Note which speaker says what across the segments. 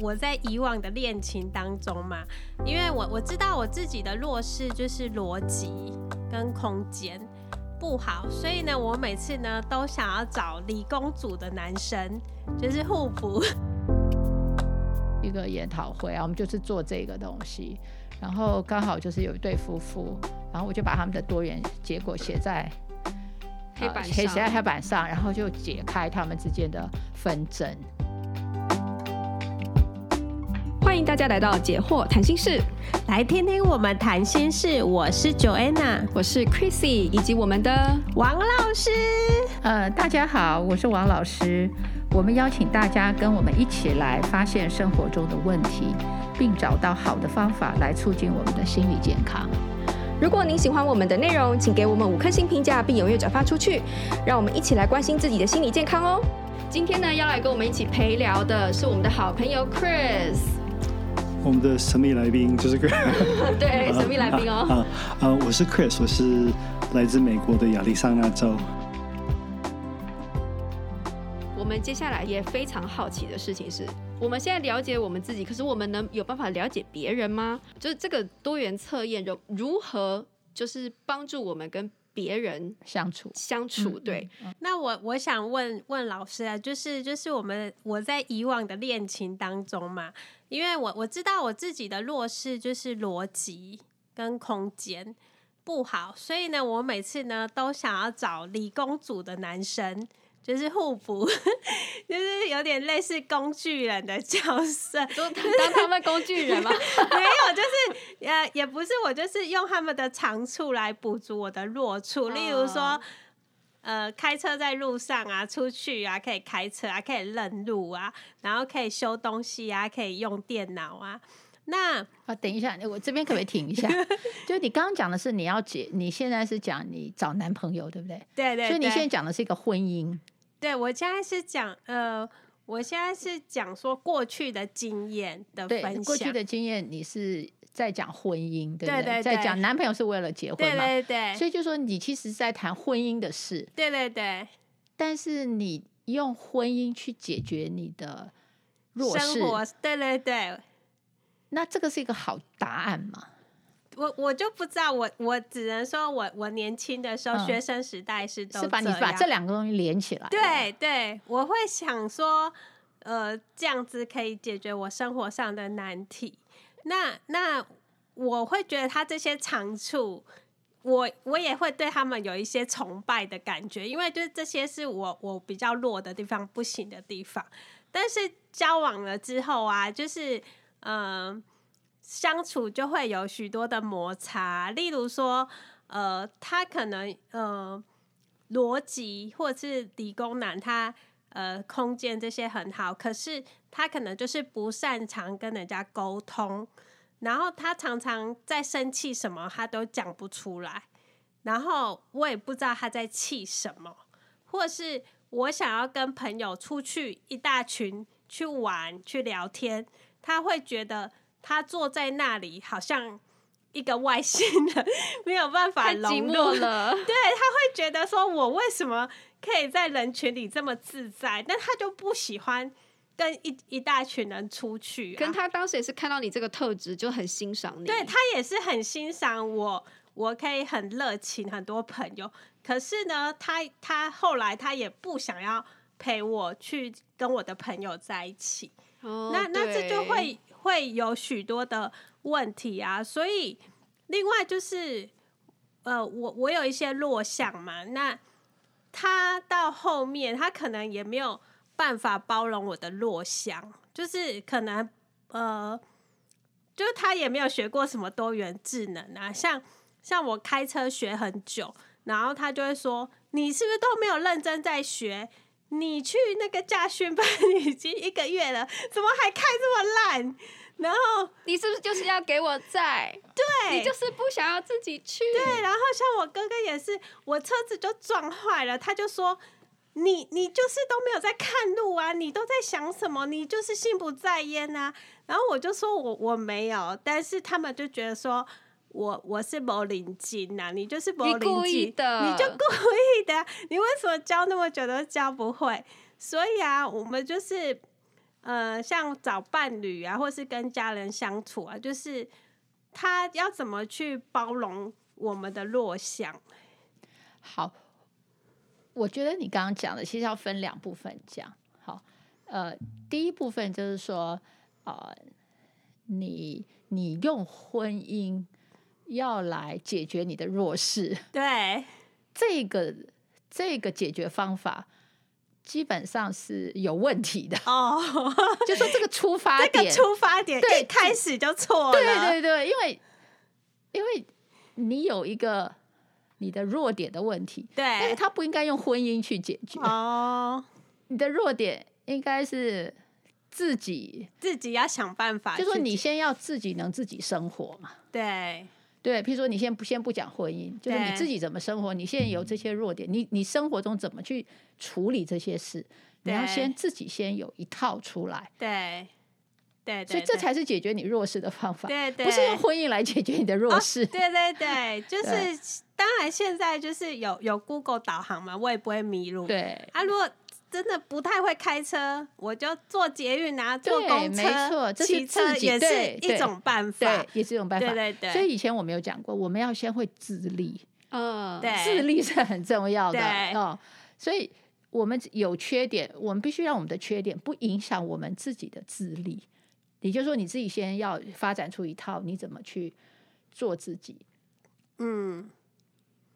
Speaker 1: 我在以往的恋情当中嘛，因为我我知道我自己的弱势就是逻辑跟空间不好，所以呢，我每次呢都想要找理工组的男生，就是互补。
Speaker 2: 一个研讨会啊，我们就是做这个东西，然后刚好就是有一对夫妇，然后我就把他们的多元结果写在
Speaker 3: 黑板
Speaker 2: 呃写
Speaker 3: 上
Speaker 2: 在黑板上，然后就解开他们之间的纷争。
Speaker 3: 欢迎大家来到解惑谈心室，
Speaker 1: 来听听我们谈心事，我是 Joanna
Speaker 3: 我是 Chrissy，以及我们的
Speaker 1: 王老师。
Speaker 2: 呃，大家好，我是王老师。我们邀请大家跟我们一起来发现生活中的问题，并找到好的方法来促进我们的心理健康。
Speaker 3: 如果您喜欢我们的内容，请给我们五颗星评价，并踊跃转发出去，让我们一起来关心自己的心理健康哦。今天呢，要来跟我们一起陪聊的是我们的好朋友 Chris，
Speaker 4: 我们的神秘来宾就是 Chris，
Speaker 3: 对，神秘来宾哦。
Speaker 4: 啊啊啊！我是 Chris，我是来自美国的亚利桑那州。
Speaker 3: 我们接下来也非常好奇的事情是，我们现在了解我们自己，可是我们能有办法了解别人吗？就是这个多元测验如如何就是帮助我们跟别人
Speaker 2: 相处，
Speaker 3: 相处？
Speaker 2: 嗯
Speaker 3: 对，
Speaker 1: 那我我想问问老师啊，就是就是我们我在以往的恋情当中嘛，因为我我知道我自己的弱势就是逻辑跟空间不好，所以呢，我每次呢都想要找理工组的男生。就是互补， 就是有点类似工具人的角色，
Speaker 3: 就当他们工具人嘛。
Speaker 1: 没有，就是呃，也不是我，就是用他们的长处来补足我的弱处，例如说
Speaker 3: 哦。
Speaker 1: 呃，开车在路上啊，出去啊，可以开车啊，可以认路啊，然后可以修东西啊，可以用电脑啊。那
Speaker 2: 啊，等一下，我这边可不可以停一 下？就是你刚刚讲的是你要结，你现在是讲你找男朋友，对不对？
Speaker 1: 对对对，
Speaker 2: 所以你现在讲的是一个婚姻，
Speaker 1: 对我现在是讲呃，我现在是讲说过去的经验的
Speaker 2: 对
Speaker 1: 分，
Speaker 2: 过去
Speaker 1: 享，
Speaker 2: 的经验你是在讲婚姻，对不
Speaker 1: 对对
Speaker 2: 在
Speaker 1: 对
Speaker 2: 讲男朋友是为了结婚
Speaker 1: 对
Speaker 2: 嘛？
Speaker 1: 对对，
Speaker 2: 所以就说你其实是在谈婚姻的事，
Speaker 1: 对对对，
Speaker 2: 但是你用婚姻去解决你的弱势
Speaker 1: 生，活，对对对，
Speaker 2: 那这个是一个好答案嘛？
Speaker 1: 我我就不知道，我我只能说我我年轻的时候，
Speaker 2: 嗯
Speaker 1: 学生时代是都
Speaker 2: 是把你
Speaker 1: 这
Speaker 2: 把
Speaker 1: 样
Speaker 2: 这两个东西连起来了，
Speaker 1: 对对，我会想说，呃，这样子可以解决我生活上的难题。那那我会觉得他这些长处，我我也会对他们有一些崇拜的感觉，因为就是这些是我我比较弱的地方，不行的地方。但是交往了之后啊，就是嗯、呃相处就会有许多的摩擦，例如说，呃，他可能呃逻辑或者是理工男他。呃，空间这些很好，可是他可能就是不擅长跟人家沟通，然后他常常在生气什么，他都讲不出来，然后我也不知道他在气什么，或是我想要跟朋友出去一大群去玩去聊天，他会觉得他坐在那里好像一个外星人， 没有办法
Speaker 3: 太
Speaker 1: 融
Speaker 3: 寂
Speaker 1: 入
Speaker 3: 寞了，
Speaker 1: 对，他会觉得说我为什么可以在人群里这么自在，但他就不喜欢跟一一大群人出去、啊。
Speaker 3: 可能他当时也是看到你这个特质就很欣赏你。
Speaker 1: 对他也是很欣赏我，我可以很热情，很多朋友。可是呢，他他后来他也不想要陪我去跟我的朋友在一起。
Speaker 3: 哦，
Speaker 1: 那那这就
Speaker 3: 对
Speaker 1: 会会有许多的问题啊。所以，另外就是，呃，我我有一些弱项嘛，那他到后面他可能也没有办法包容我的弱项，就是可能呃，就是他也没有学过什么多元智能啊，像像我开车学很久，然后他就会说你是不是都没有认真在学？你去那个驾训班 已经一个月了， 怎么还开这么烂？然后
Speaker 3: 你是不是就是要给我在？
Speaker 1: 对，
Speaker 3: 你就是不想要自己去？
Speaker 1: 哎对，然后像我哥哥也是，我车子就撞坏了，他就说。你你就是都没有在看路啊，你都在想什么？你就是心不在焉啊。然后我就说我我没有，但是他们就觉得说我我是某领巾呐，啊你就是某领
Speaker 3: 你故意
Speaker 1: 巾
Speaker 3: 的
Speaker 1: 你就故意的啊，你为什么教那么久都教不会？所以啊，我们就是呃，像找伴侣啊，或是跟家人相处啊，就是他要怎么去包容我们的弱项。
Speaker 2: 好，我觉得你刚刚讲的其实要分两部分讲。好，呃，第一部分就是说，呃，你你用婚姻要来解决你的弱势，
Speaker 1: 对，，
Speaker 2: 这个这个解决方法基本上是有问题的
Speaker 1: 哦，
Speaker 2: 就说这个出发
Speaker 1: 这个
Speaker 2: 点，
Speaker 1: 出发点
Speaker 2: 对
Speaker 1: 一开始就错了。
Speaker 2: 对对对，因为因为你有一个你的弱点的问题，但是
Speaker 1: 对
Speaker 2: 它不应该用婚姻去解决，
Speaker 1: 哎哦，
Speaker 2: 你的弱点应该是自己，
Speaker 1: 自己要想办法去
Speaker 2: 就
Speaker 1: 解。
Speaker 2: 说你先要自己能自己生活嘛。
Speaker 1: 对
Speaker 2: 对，譬如说你先不先不讲婚姻，就是你
Speaker 1: 对
Speaker 2: 自己怎么生活，你现在有这些弱点，你你生活中怎么去处理这些事，你要
Speaker 1: 对
Speaker 2: 先自己先有一套出来，
Speaker 1: 对对对，
Speaker 2: 所以这
Speaker 1: 对
Speaker 2: 才是解决你弱势的方法，
Speaker 1: 对对，
Speaker 2: 不是用婚姻来解决你的弱
Speaker 1: 哦
Speaker 2: 势。
Speaker 1: 对对对，就
Speaker 2: 对
Speaker 1: 是当然现在就是有有 Google 导航嘛，我也不会迷路。
Speaker 2: 对
Speaker 1: 啊，如果真的不太会开车，我就坐捷运啊，
Speaker 2: 对
Speaker 1: 坐公车，
Speaker 2: 没错这是
Speaker 1: 骑车
Speaker 2: 自己
Speaker 1: 也是
Speaker 2: 对
Speaker 1: 一种办法
Speaker 2: 对。，也是一种办法。
Speaker 1: 对对
Speaker 2: 所以以前我们有讲过，我们要先会自立，
Speaker 3: 嗯，
Speaker 1: 对
Speaker 2: 自立是很重要的
Speaker 1: 对
Speaker 2: 哦。所以我们有缺点，我们必须让我们的缺点不影响我们自己的自立。也就是说，你自己先要发展出一套你怎么去做自己，
Speaker 1: 嗯，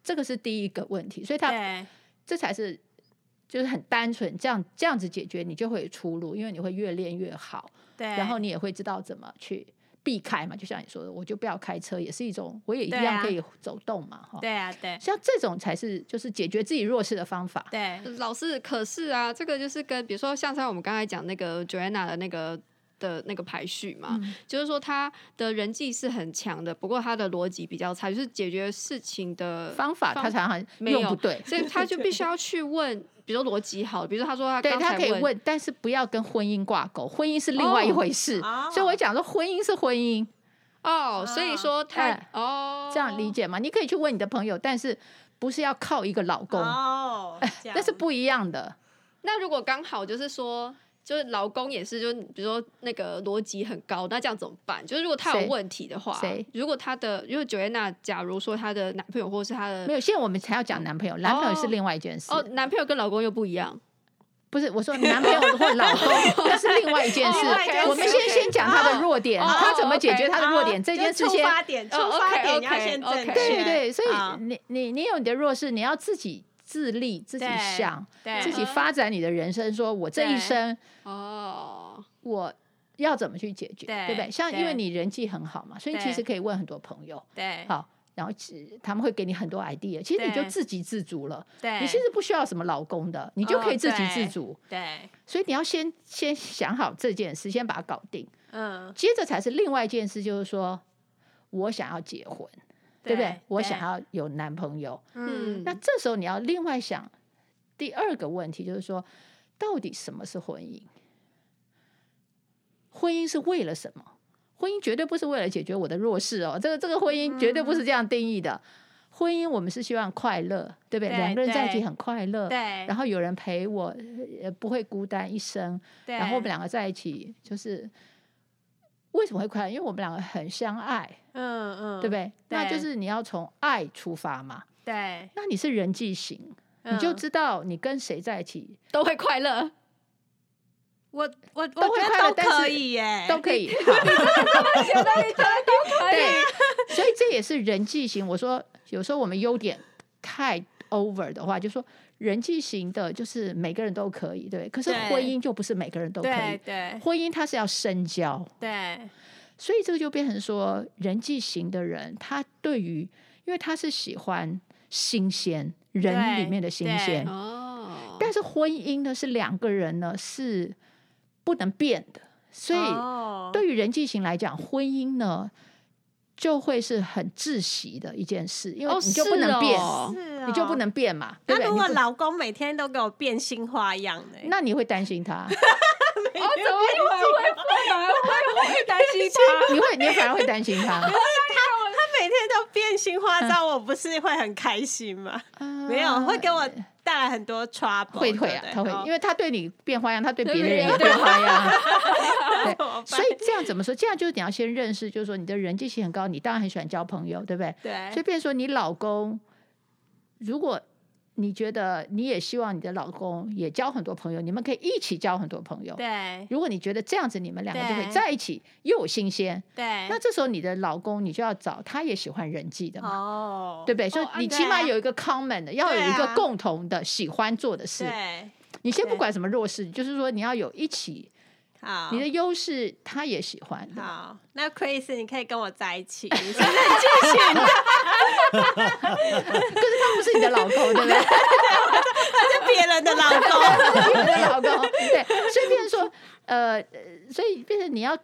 Speaker 2: 这个是第一个问题。所以它
Speaker 1: 对
Speaker 2: 这才是就是很单纯，这样这样子解决你就会有出路，因为你会越练越好。
Speaker 1: 对，
Speaker 2: 然后你也会知道怎么去避开嘛。就像你说的，我就不要开车，也是一种，我也一
Speaker 1: 对
Speaker 2: 样
Speaker 1: 啊
Speaker 2: 可以走动嘛，哈、
Speaker 1: 对啊，对
Speaker 2: 像这种才是就是解决自己弱势的方法。
Speaker 1: 对
Speaker 3: 老师，可是啊，这个就是跟比如说像在我们刚才讲那个 Joanna 的那个。的那个排序嘛，就是说他的人际是很强的，不过他的逻辑比较差，就是解决事情的
Speaker 2: 方法他常常
Speaker 3: 没有
Speaker 2: 用不对，
Speaker 3: 所以他就必须要去问，比如说逻辑好，比如说他说他
Speaker 2: 对
Speaker 3: 刚
Speaker 2: 他
Speaker 3: 才
Speaker 2: 可以问，但是不要跟婚姻挂钩，婚姻是另外一回事。
Speaker 1: 哦
Speaker 2: 所以我讲说，婚姻是婚姻，
Speaker 3: 哦，所以说他、
Speaker 2: 哎
Speaker 3: 哦
Speaker 2: 这样理解嘛？你可以去问你的朋友，但是不是要靠一个老公，
Speaker 1: 哦，这
Speaker 2: 那是
Speaker 1: 样
Speaker 2: 不一样的。
Speaker 3: 那如果刚好就是说，就是老公也是，就是比如说那个逻辑很高，那这样怎么办？就是如果他
Speaker 2: 谁
Speaker 3: 有问题的话
Speaker 2: 谁，
Speaker 3: 如果他的，如果 Joanna 假如说她的男朋友或是她
Speaker 2: 没
Speaker 3: 的
Speaker 2: 有，现在我们才要讲男朋友，男朋友是另外一件事。
Speaker 3: 哦，男朋友跟老公又不一样，
Speaker 2: 不是，我说男朋友或老公，那是另外一件事
Speaker 1: 哦另外一件。事
Speaker 2: 我们先先讲他的弱点，
Speaker 3: 哦
Speaker 2: 他怎么解决
Speaker 3: 哦，OK，
Speaker 2: 他的弱点这件事
Speaker 1: 就出
Speaker 2: 先。
Speaker 1: 发点，出
Speaker 3: 哦
Speaker 1: 发点
Speaker 3: OK，OK，
Speaker 1: 你要先正
Speaker 3: OK
Speaker 1: 确，
Speaker 2: 对对，所
Speaker 1: 啊
Speaker 2: 以你你你有你的弱势，你要自己自立，自己
Speaker 1: 对
Speaker 2: 想，
Speaker 1: 对
Speaker 2: 自己发展你的人生。说我这一
Speaker 1: 嗯对
Speaker 2: 生
Speaker 3: 哦，
Speaker 2: 我要怎么去解决，
Speaker 1: 对
Speaker 2: 对不对？像因为
Speaker 1: 对
Speaker 2: 你人际很好嘛，所以其
Speaker 1: 对
Speaker 2: 实可以问很多朋友，
Speaker 1: 对
Speaker 2: 好，然后其他们会给你很多 idea，其实你就
Speaker 1: 对
Speaker 2: 自给自足了，
Speaker 1: 对，
Speaker 2: 你其实不需要什么老公的，你就可以
Speaker 1: 哦
Speaker 2: 自给自
Speaker 1: 对
Speaker 2: 足。
Speaker 1: 对，
Speaker 2: 所以你要先先想好这件事，先把它搞定，
Speaker 1: 嗯，
Speaker 2: 接着才是另外一件事，就是说我想要结婚，对不对？我想，要有男朋友，
Speaker 1: 嗯，
Speaker 2: 那这时候你要另外想第二个问题，就是说到底什么是婚姻？婚姻是为了什么？婚姻绝对不是为了解决我的弱势哦，这个这个婚姻绝对
Speaker 1: 嗯
Speaker 2: 不是这样定义的。婚姻我们是希望快乐，对不对？
Speaker 1: 对
Speaker 2: 两个人在一起
Speaker 1: 对
Speaker 2: 很快乐，
Speaker 1: 对，
Speaker 2: 然后有人陪我，呃，不会孤单一生。
Speaker 1: 对
Speaker 2: 然后我们两个在一起，就是为什么会快乐？因为我们两个很相爱，
Speaker 1: 嗯嗯，
Speaker 2: 对不对？那就
Speaker 1: 对
Speaker 2: 是你要从爱出发嘛。
Speaker 1: 对，
Speaker 2: 那你是人际型，你就
Speaker 1: 嗯
Speaker 2: 知道你跟谁在一起
Speaker 3: 都会快乐，
Speaker 1: 我我我觉
Speaker 2: 都会快
Speaker 1: 得
Speaker 2: 乐
Speaker 1: 都
Speaker 2: 但是
Speaker 1: 可以耶，
Speaker 2: 都可以。 对，所以这也是人际型。我说有时候我们优点太 over 的话，就说人际型的，就是每个人都可以，对不对。可是
Speaker 1: 对
Speaker 2: 婚姻就不是每个人都可
Speaker 1: 对
Speaker 2: 以。
Speaker 1: 对
Speaker 2: 婚姻它是要深交，
Speaker 1: 对
Speaker 2: 所以这个就变成说，人际型的人，他对于，因为他是喜欢新鲜人里面的新鲜，
Speaker 3: 哦，
Speaker 2: 但是婚姻呢是两个人呢是不能变的，所以
Speaker 1: 哦
Speaker 2: 对于人际型来讲，婚姻呢就会是很窒息的一件事，因为
Speaker 3: 哦
Speaker 2: 你就不能变，
Speaker 3: 是哦
Speaker 1: 是
Speaker 2: 你就不
Speaker 1: 哦。
Speaker 2: 能变嘛，对不
Speaker 1: 那
Speaker 2: 对？
Speaker 1: 如
Speaker 2: 你
Speaker 1: 果
Speaker 2: 不
Speaker 1: 老公每天都给我变新花样呢？
Speaker 2: 那你会担心他，
Speaker 3: 哦，怎么又会反而会会担心他？
Speaker 2: 你会，你反而会担心他。
Speaker 1: 他每天都变新花招，我不是会很开心吗？
Speaker 2: 啊
Speaker 1: 没有，会给我带来很多 trouble，
Speaker 2: 会会啊
Speaker 1: 对，
Speaker 2: 他
Speaker 1: 不对
Speaker 2: 会，
Speaker 1: 哦
Speaker 2: 因为他对你变花样，他对
Speaker 3: 对
Speaker 2: 别
Speaker 3: 别
Speaker 2: 人
Speaker 3: 人
Speaker 2: 也变花样。对
Speaker 1: 怎么办
Speaker 2: 所以这样怎么说？这样就是你要先认识，就是说你的人际性很高，你当然很喜欢交朋友，对不对？所
Speaker 1: 对
Speaker 2: 以变成说你老公，如果你觉得你也希望你的老公也交很多朋友，你们可以一起交很多朋友。
Speaker 1: 对
Speaker 2: 如果你觉得这样子你们两个就会
Speaker 1: 对
Speaker 2: 在一起又有新鲜，
Speaker 1: 对
Speaker 2: 那，这时候你的老公你就要找他也喜欢人际的嘛，
Speaker 1: 哦，
Speaker 2: 对不对？所以
Speaker 3: 哦啊
Speaker 2: 你
Speaker 3: 对
Speaker 2: 起码
Speaker 3: 啊
Speaker 2: 有一个 common 的，要有一
Speaker 1: 对
Speaker 2: 个
Speaker 1: 啊
Speaker 2: 共同的喜欢做的事。
Speaker 1: 对，
Speaker 2: 你先不
Speaker 1: 对
Speaker 2: 管什么弱势，就是说你要有一起，
Speaker 1: 好，
Speaker 2: 你的优势他也喜欢的。
Speaker 1: 哦好， 那 Chris，你可以跟我在一 起，你真的继续，那
Speaker 2: 他不是你的老公，对不对？
Speaker 1: 是别人的老公，
Speaker 2: 你的老公，对，所以变成说，呃，呃所以变成你要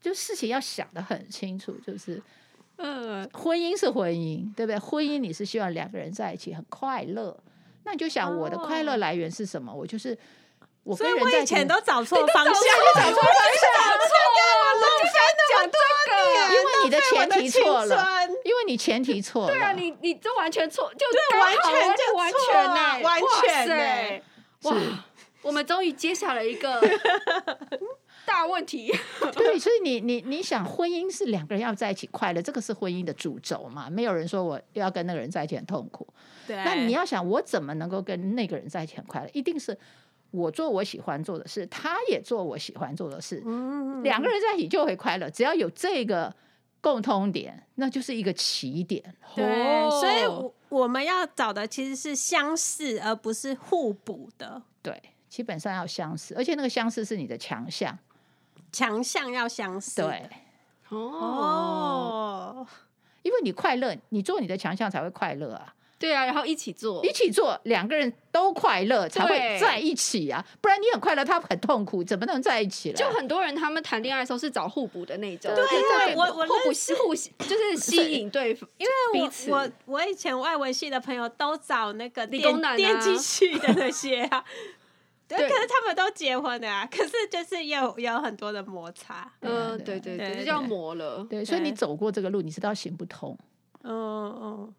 Speaker 2: 就事情要想得很清楚，就是
Speaker 3: 嗯，
Speaker 2: 婚姻是婚姻，对不对？婚姻你是希望两个人在一起很快乐，那你就想我的快乐来源是什么？我就是我
Speaker 1: 所以
Speaker 2: 跟人
Speaker 1: 我
Speaker 2: 在
Speaker 1: 以
Speaker 2: 一起的
Speaker 1: 前都找错方向，
Speaker 2: 找错方
Speaker 1: 向，讲
Speaker 2: 因
Speaker 1: 多
Speaker 2: 为你的前提错了，
Speaker 1: 了。
Speaker 2: 因为你前提错了，
Speaker 3: 对啊，你你这完全错，就
Speaker 1: 对，
Speaker 3: 刚
Speaker 1: 完
Speaker 3: 好
Speaker 1: 全就
Speaker 3: 就完
Speaker 1: 错
Speaker 3: 全
Speaker 1: 啊
Speaker 3: 欸
Speaker 1: 完
Speaker 3: 哇
Speaker 1: 全
Speaker 3: 塞
Speaker 1: 欸
Speaker 3: 哇
Speaker 2: 是，
Speaker 3: 我们终于揭晓了一 个大问题。
Speaker 2: 对，所以你你你想，婚姻是两个人要在一起快乐，这个是婚姻的主轴嘛？没有人说我要跟那个人在一起很痛苦。
Speaker 1: 对，
Speaker 2: 那你要想，我怎么能够跟那个人在一起很快乐？一定是我做我喜欢做的事，他也做我喜欢做的事，
Speaker 1: 嗯
Speaker 2: 两个人在一起就会快乐。只要有这个共通点，那就是一个起点。
Speaker 1: 对，
Speaker 3: 哦
Speaker 1: 所以我我们要找的其实是相似，而不是互补的
Speaker 2: 对，基本上要相似，而且那个相似是你的强项。
Speaker 1: 强项要相似。，
Speaker 2: 对，
Speaker 3: 哦，
Speaker 1: 哦，
Speaker 2: 因为你快乐，你做你的强项才会快乐啊。
Speaker 3: 对啊，然后一起做
Speaker 2: 一，起做，两个人都快乐才会
Speaker 3: 对
Speaker 2: 在一起啊，不然你很快乐，他很痛苦，怎么能在一起了？
Speaker 3: 就很多人他们谈恋爱的时候是找互补的那种，
Speaker 2: 对
Speaker 3: 就是
Speaker 1: 对我我
Speaker 3: 互补吸互吸就是吸引对方，因为
Speaker 1: 我
Speaker 3: 彼此
Speaker 1: 我我以前外文系的朋友都找那个
Speaker 3: 理
Speaker 1: 电
Speaker 3: 工男啊
Speaker 1: 电机系的那些 啊，对，
Speaker 3: 对
Speaker 1: 可是他们都结婚了啊，可是就是也有也有很多的摩擦，
Speaker 3: 嗯，
Speaker 2: 对
Speaker 3: 对
Speaker 1: 对
Speaker 2: 啊
Speaker 3: 对对，
Speaker 1: 对
Speaker 3: 这叫磨了，
Speaker 2: 对，所以你
Speaker 1: 对
Speaker 2: 走过这个路，你知道行不通，
Speaker 1: 嗯嗯，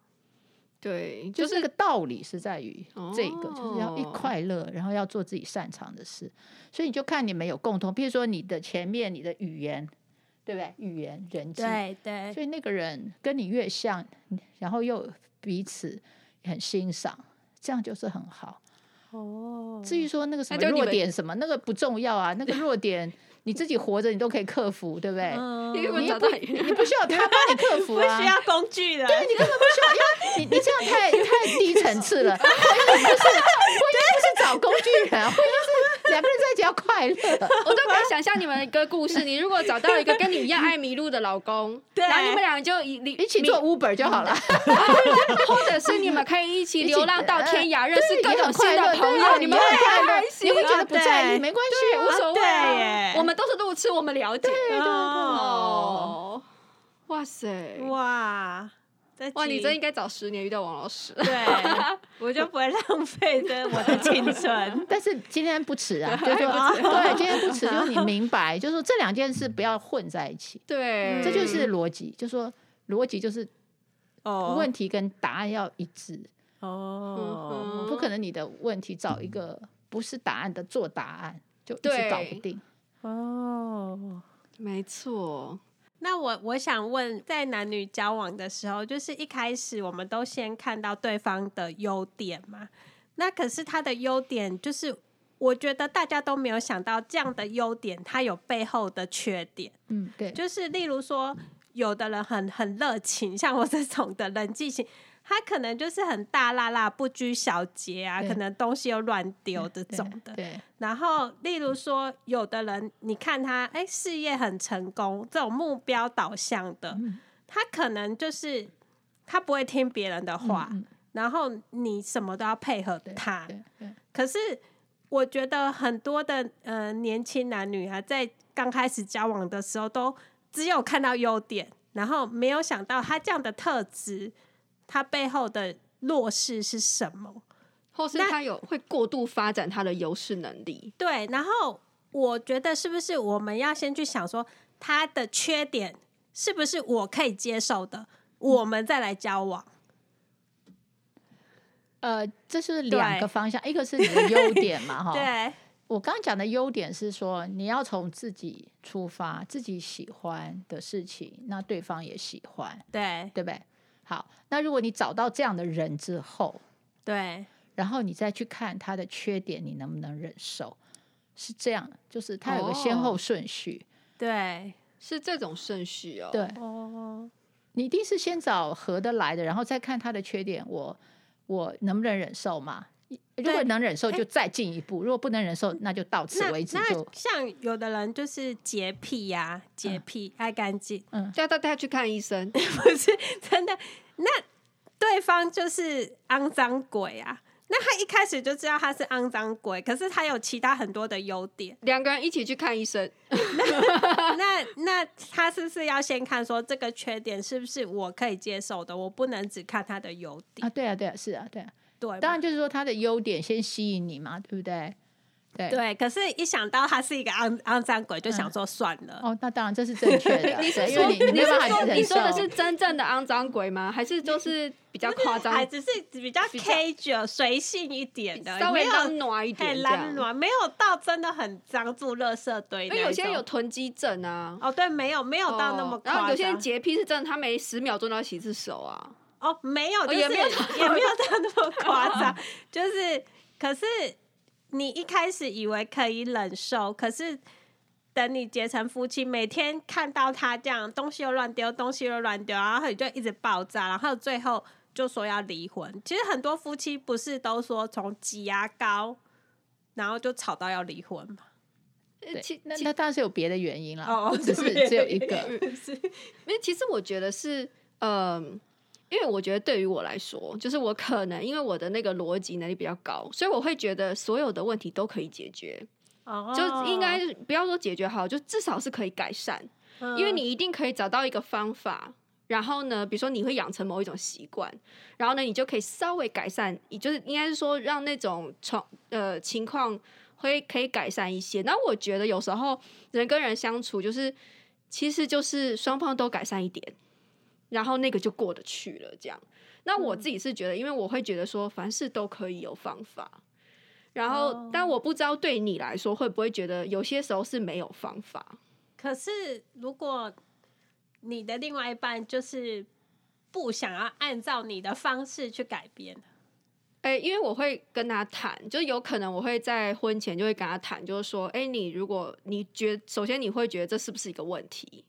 Speaker 3: 对，
Speaker 2: 就
Speaker 3: 就是
Speaker 2: 那
Speaker 3: 是
Speaker 2: 个道理是在于这个，就是要一
Speaker 3: 哦
Speaker 2: 快乐，然后要做自己擅长的事，所以你就看你们有共同，比如说你的前面你的语言，对不对？语言人际，
Speaker 1: 对对
Speaker 2: 所以那个人跟你越像，然后又彼此很欣赏，这样就是很好。
Speaker 1: 哦，
Speaker 2: 至于说那个什
Speaker 3: 那
Speaker 2: 么
Speaker 3: 就你
Speaker 2: 弱
Speaker 3: 们
Speaker 2: 点什么，那个不重要啊，那个弱点 你自己活着你都可以克服，对不对？
Speaker 1: 嗯
Speaker 3: 因为我
Speaker 2: 你也
Speaker 3: 找
Speaker 2: 不
Speaker 3: 到
Speaker 2: 你不需要他帮你克服
Speaker 1: 不
Speaker 2: 啊，
Speaker 1: 需要工具人，
Speaker 2: 你根本不需要，因为你你这样太太低层次 了。婚姻不是婚姻不是找工具人，婚姻是两个人在一起要快 乐。
Speaker 3: 我都可以想象你们一个故事，你如果找到一个跟你一样爱迷路的老公，
Speaker 1: 对
Speaker 3: 然后你们俩就一一
Speaker 2: 一起做 Uber 就好了，
Speaker 3: 或者是你们可以一起流浪到天 涯，认识各
Speaker 2: 也很
Speaker 3: 种
Speaker 2: 快
Speaker 3: 新
Speaker 2: 乐，
Speaker 3: 的朋
Speaker 2: 对啊
Speaker 3: 友，你们
Speaker 2: 也
Speaker 3: 很
Speaker 2: 很快
Speaker 3: 开
Speaker 2: 乐，
Speaker 3: 心
Speaker 2: 你会觉
Speaker 1: 啊
Speaker 2: 得不在意，
Speaker 1: 对
Speaker 2: 没关系，无
Speaker 3: 无
Speaker 2: 所
Speaker 3: 所
Speaker 2: 谓
Speaker 3: 谓
Speaker 1: 啊
Speaker 2: 啊。
Speaker 1: 对耶
Speaker 3: 我们都是路痴，我们了解。
Speaker 1: 哦，
Speaker 3: 哦，哇塞，
Speaker 1: 哇，这
Speaker 3: 哇，你
Speaker 1: 集
Speaker 3: 真应该早十年遇到王老师。
Speaker 1: 对，我就不会浪费这我的青 春。
Speaker 2: 但是今天不迟啊，就是说对，今天不迟，就是你明 白，就是说这两件事不要混在一起，
Speaker 3: 对，
Speaker 2: 这就是逻辑，就是说逻辑就是
Speaker 1: 哦
Speaker 2: 问题跟答案要一致。
Speaker 3: 嗯
Speaker 1: 哦，
Speaker 2: 不可能你的问题找一个不是答案的做答案，就一直
Speaker 3: 对
Speaker 2: 搞不定。
Speaker 3: 嗯
Speaker 1: 哦。
Speaker 3: 没错，
Speaker 1: 那我我想问，在男女交往的时候，就是一开始我们都先看到对方的优点嘛？那可是他的优点，就是我觉得大家都没有想到，这样的优点他有背后的缺点。
Speaker 2: 嗯，对，
Speaker 1: 就是例如说，有的人很很热情，像我这种的人际型，他可能就是很大辣辣、不拘小节啊，
Speaker 2: 对
Speaker 1: 可能东西又乱丢这
Speaker 2: 对
Speaker 1: 种的。
Speaker 2: 对
Speaker 1: 然后，例如说，有的人你看他，哎，事业很成功，这种目标导向的，
Speaker 2: 嗯
Speaker 1: 他可能就是他不会听别人的话，
Speaker 2: 嗯嗯
Speaker 1: 然后你什么都要配合
Speaker 2: 对
Speaker 1: 他。
Speaker 2: 对对
Speaker 1: 可是我觉得很多的呃年轻男女啊，在刚开始交往的时候，都只有看到优点，然后没有想到他这样的特质，他背后的弱势是什么？
Speaker 3: 或是
Speaker 1: 那
Speaker 3: 他有会过度发展他的优势能力。
Speaker 1: 对，然后我觉得是不是我们要先去想说他的缺点是不是我可以接受的，我们再来交往。
Speaker 2: 呃，这是两个方向，一个是你的优点 嘛，哈。
Speaker 1: 对，
Speaker 2: 我刚刚讲的优点是说，你要从自己出发，自己喜欢的事情，那对方也喜欢，
Speaker 1: 对，
Speaker 2: 对不对？好，那如果你找到这样的人之后，
Speaker 1: 对，
Speaker 2: 然后你再去看他的缺点，你能不能忍受？是这样，就是它有个先后
Speaker 3: 哦
Speaker 2: 顺序。
Speaker 1: 对，
Speaker 3: 是这种顺序哦。
Speaker 2: 对
Speaker 1: 哦，
Speaker 2: 你一定是先找合得来的，然后再看他的缺点，我我能不能忍受嘛？如果
Speaker 1: 对
Speaker 2: 能忍受，
Speaker 1: 哎
Speaker 2: 就再进一步；如果不能忍
Speaker 3: 嗯
Speaker 2: 受，那就到此
Speaker 1: 那
Speaker 2: 为止就
Speaker 1: 那。
Speaker 2: 嗯
Speaker 1: 像有的人就是洁癖呀、洁癖、爱干净，
Speaker 3: 就要带他去看医生。。
Speaker 1: 不是真的。那对方就是肮脏鬼啊！那他一开始就知道他是肮脏鬼，可是他有其他很多的优点
Speaker 3: 两个人一起去看医生，
Speaker 1: 那那他是不是要先看说这个缺点是不是我可以接受的？我不能只看他的优点，
Speaker 2: 啊，对啊，对啊，是啊，对啊。
Speaker 1: 对吧
Speaker 2: 当然就是说他的优点先吸引你嘛，对不
Speaker 3: 嗯
Speaker 2: 对？对。
Speaker 1: 对。可是，一想到他是一个肮肮脏鬼，就
Speaker 3: 嗯
Speaker 1: 想说算了。
Speaker 2: 哦，那当然这是正确的
Speaker 3: ，你是
Speaker 2: 对因
Speaker 3: 说
Speaker 2: 为你你没有
Speaker 3: 是
Speaker 2: 办法
Speaker 3: 说
Speaker 2: 忍
Speaker 3: 你
Speaker 2: 受
Speaker 3: 说的是真正的肮脏鬼吗？还是就是比较夸 张
Speaker 1: 还，只是比较 casual 随性一点的，
Speaker 3: 稍微
Speaker 1: 没有
Speaker 3: 让暖一
Speaker 1: 太
Speaker 3: 点这
Speaker 1: 懒
Speaker 3: 样？
Speaker 1: 暖，没有到真的很脏住垃圾堆
Speaker 3: 因
Speaker 1: 那一种。
Speaker 3: 为有些人有囤积症啊，
Speaker 1: 哦，对，没有没有到那么
Speaker 3: 哦
Speaker 1: 夸张。
Speaker 3: 然后有些人洁癖是真的，他每十秒钟都要洗一次手啊。
Speaker 1: 哦，没有，就是、
Speaker 3: 也没有
Speaker 1: 也没有到那么夸张，就是可是你一开始以为可以忍受，可是等你结成夫妻，每天看到他这样东西又乱丢，东西又乱丢，然后你就一直爆炸，然后最后就说要离婚。其实很多夫妻不是都说从挤牙膏，然后就吵到要离婚嘛？
Speaker 3: 呃
Speaker 2: 对
Speaker 3: 其
Speaker 2: 那
Speaker 3: 其
Speaker 2: 那当然是有别的原因啦，
Speaker 1: 哦，
Speaker 2: 不只是
Speaker 1: 对
Speaker 2: 只有一个。，
Speaker 1: 是
Speaker 3: 因为其实我觉得是，嗯、因为我觉得对于我来说，就是我可能因为我的那个逻辑能力比较高，所以我会觉得所有的问题都可以解决，
Speaker 1: 哦，
Speaker 3: 就应该是不要说解决好，就至少是可以改善，
Speaker 1: 嗯，
Speaker 3: 因为你一定可以找到一个方法。然后呢，比如说你会养成某一种习惯，然后呢，你就可以稍微改善，也就是应该是说让那种创呃情况会可以改善一些。那我觉得有时候人跟人相处，就是其实就是双方都改善一点，然后那个就过得去了。这样，那我自己是觉得，因为我会觉得说凡事都可以有方法，然后、
Speaker 1: 哦
Speaker 3: 但我不知道对你来说会不会觉得有些时候是没有方法。
Speaker 1: 可是如果你的另外一半就是不想要按照你的方式去改变，
Speaker 3: 哎、因为我会跟他谈，就是有可能我会在婚前就会跟他谈，就是说，哎、你如果你觉，首先你会觉得这是不是一个问题，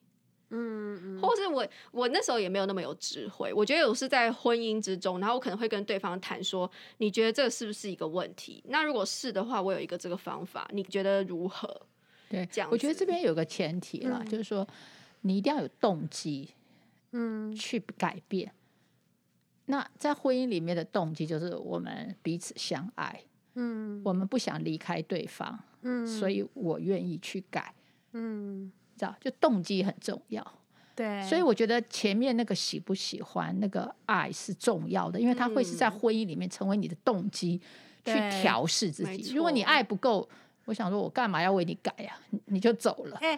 Speaker 1: 嗯嗯，
Speaker 3: 或是我我那时候也没有那么有智慧，我觉得我是在婚姻之中，然后我可能会跟对方谈说，你觉得这是不是一个问题？那如果是的话，我有一个这个方法，你觉得如何？
Speaker 2: 对
Speaker 3: 这样，
Speaker 2: 我觉得
Speaker 3: 子
Speaker 2: 这边有个前提啦，
Speaker 1: 嗯
Speaker 2: 就是说你一定要有动机
Speaker 1: 嗯
Speaker 2: 去改变。那在婚姻里面的动机就是我们彼此相爱，
Speaker 1: 嗯
Speaker 2: 我们不想离开对方，
Speaker 1: 嗯
Speaker 2: 所以我愿意去改，
Speaker 1: 嗯，
Speaker 2: 知道？就动机很重要。
Speaker 1: 对，
Speaker 2: 所以我觉得前面那个喜不喜欢，那个爱是重要的，因为它会是在婚姻里面成为你的动机，
Speaker 1: 嗯对
Speaker 2: 去调试自
Speaker 3: 没
Speaker 2: 己。
Speaker 3: 错
Speaker 2: 如果你爱不够，我想说，我干嘛要为你改呀、你你就走了。
Speaker 1: 哎、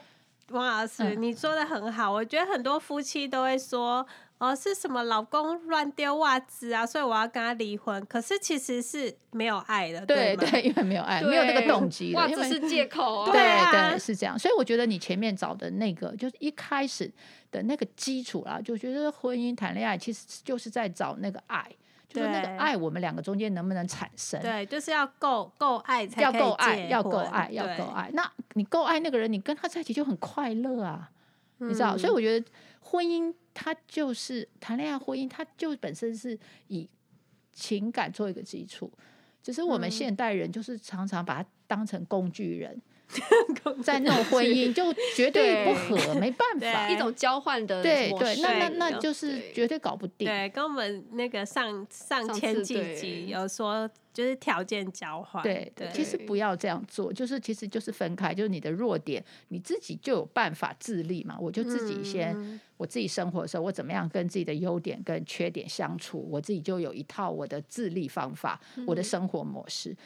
Speaker 1: 王老师，
Speaker 2: 嗯
Speaker 1: 你说的很好，我觉得很多夫妻都会说，哦，是什么老公乱丢袜子啊，所以我要跟他离婚。可是其实是没有爱的，
Speaker 2: 对
Speaker 1: 吗？
Speaker 2: 对，因为没有爱，哎没有那个
Speaker 3: 对
Speaker 2: 动机
Speaker 3: 哇，
Speaker 2: 了，因
Speaker 3: 这
Speaker 2: 为
Speaker 3: 是借口啊、
Speaker 1: 对
Speaker 2: 对
Speaker 1: 啊
Speaker 2: 对，是这样。所以我觉得你前面找的那个，就是一开始的那个基础啦，就觉得婚姻谈恋爱其实就是在找那个爱，就是那个
Speaker 1: 对
Speaker 2: 爱，我们两个中间能不能产生？
Speaker 1: 对，就是要够够爱才
Speaker 2: 要
Speaker 1: 可以
Speaker 2: 够爱，
Speaker 1: 结
Speaker 2: 要够
Speaker 1: 婚
Speaker 2: 爱，要
Speaker 1: 对
Speaker 2: 够爱。那你够爱那个人，你跟他在一起就很快乐啊，你知道？所以
Speaker 1: 嗯
Speaker 2: 我觉得婚姻它就是谈恋爱，婚姻它就本身是以情感做一个基础。只是
Speaker 1: 嗯
Speaker 2: 我们现代人就是常常把它当成工具 人，在弄婚姻就绝对不合，没办法。
Speaker 1: 对
Speaker 3: 一种交换的
Speaker 2: 对
Speaker 3: 模
Speaker 2: 对，
Speaker 3: 式
Speaker 2: 那那
Speaker 1: 对
Speaker 2: 那就是
Speaker 3: 对
Speaker 2: 绝对搞不定。
Speaker 1: 对，跟我们那个上上
Speaker 3: 上
Speaker 1: 前
Speaker 3: 次
Speaker 1: 几
Speaker 3: 对
Speaker 1: 集有说，就是条件交换。
Speaker 2: 对
Speaker 1: 对，
Speaker 2: 其实不要这样做，就是其实就是分开，就是你的弱点，你自己就有办法自立嘛。我就自己先，
Speaker 1: 嗯
Speaker 2: 我自己生活的时候，我怎么样跟自己的优点跟缺点相处，我自己就有一套我的自立方法，我的
Speaker 1: 嗯
Speaker 2: 生活模式。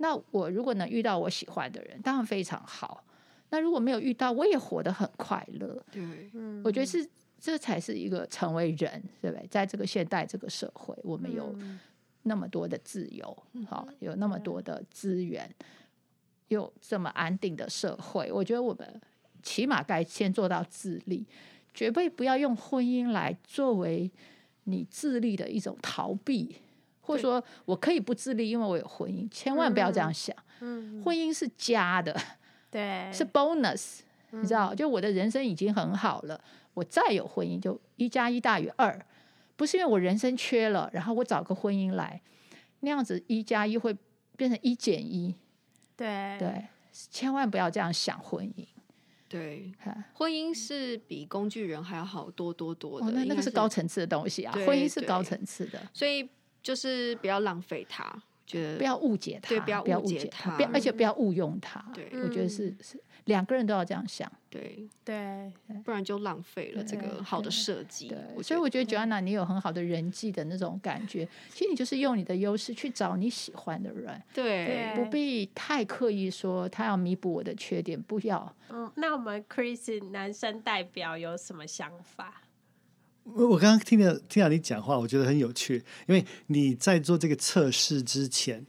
Speaker 2: 那我如果能遇到我喜欢的人，当然非常好。那如果没有遇到，我也活得很快乐。
Speaker 3: 对
Speaker 1: 嗯
Speaker 2: 我觉得是
Speaker 1: 嗯
Speaker 2: 这才是一个成为人，对不对？在这个现代这个社会，我们有那么多的自由，好、有那么多的资源，又这么安定的社会，我觉得我们起码该先做到自立，绝对不要用婚姻来作为你自立的一种逃避，或者
Speaker 3: 对
Speaker 2: 说我可以不自立，因为我有婚姻，千万不要这样
Speaker 1: 嗯
Speaker 2: 想，
Speaker 1: 嗯，
Speaker 2: 婚姻是加的。
Speaker 1: 对，
Speaker 2: 是 bonus，、你知
Speaker 3: 嗯
Speaker 2: 道，就我的人生已经很好了，我再有婚姻就一加一大于二，不是因为我人生缺了，然后我找个婚姻来，那样子一加一会变成一减一，
Speaker 1: 对
Speaker 2: 对，千万不要这样想婚姻。
Speaker 3: 对，
Speaker 2: 哈
Speaker 3: 婚姻是比工具人还要好多多多的，
Speaker 2: 哦，那
Speaker 3: 应
Speaker 2: 那
Speaker 3: 该
Speaker 2: 个是高层次的东西啊，
Speaker 3: 对
Speaker 2: 婚姻是高
Speaker 3: 对
Speaker 2: 层次的，
Speaker 3: 所以就是不要浪费它，觉得
Speaker 2: 不要误解它，
Speaker 3: 对不要
Speaker 2: 不要
Speaker 3: 误
Speaker 2: 误
Speaker 3: 解
Speaker 2: 解
Speaker 3: 它嗯
Speaker 2: 不要而且不要误用它。
Speaker 3: 对嗯
Speaker 2: 我觉得是是两个人都要这样想。
Speaker 3: 对，
Speaker 1: 对，
Speaker 3: 不然就浪费了这个好的设计。
Speaker 2: 对，
Speaker 3: 我
Speaker 2: 所以
Speaker 3: 觉
Speaker 2: 我
Speaker 3: 得嗯
Speaker 2: 觉得 Joanna 你有很好的人际的那种感觉，其实你就是用你的优势去找你喜欢的人，
Speaker 3: 对
Speaker 2: 不
Speaker 1: 对
Speaker 2: 必太刻意说他要弥补我的缺点，不 要。
Speaker 1: 嗯，那我们 Chris 男生代表有什么想法？
Speaker 4: 我我刚刚听了听到你讲话，我觉得很有趣，因为你在做这个测试之前，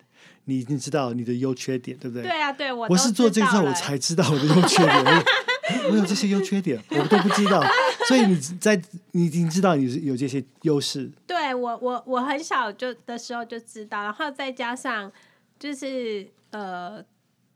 Speaker 4: 你已经知道你的优缺点，对不对？
Speaker 1: 对啊，对我
Speaker 4: 我
Speaker 1: 都
Speaker 4: 是做这
Speaker 1: 知
Speaker 4: 个
Speaker 1: 道
Speaker 4: 之后，我
Speaker 1: 了
Speaker 4: 才知道我的优缺点。 我我有这些优缺点，我都不知道。所以你在你已经知道你是有这些优势，
Speaker 1: 对我我我很小就的时候就知道，然后再加上就是呃，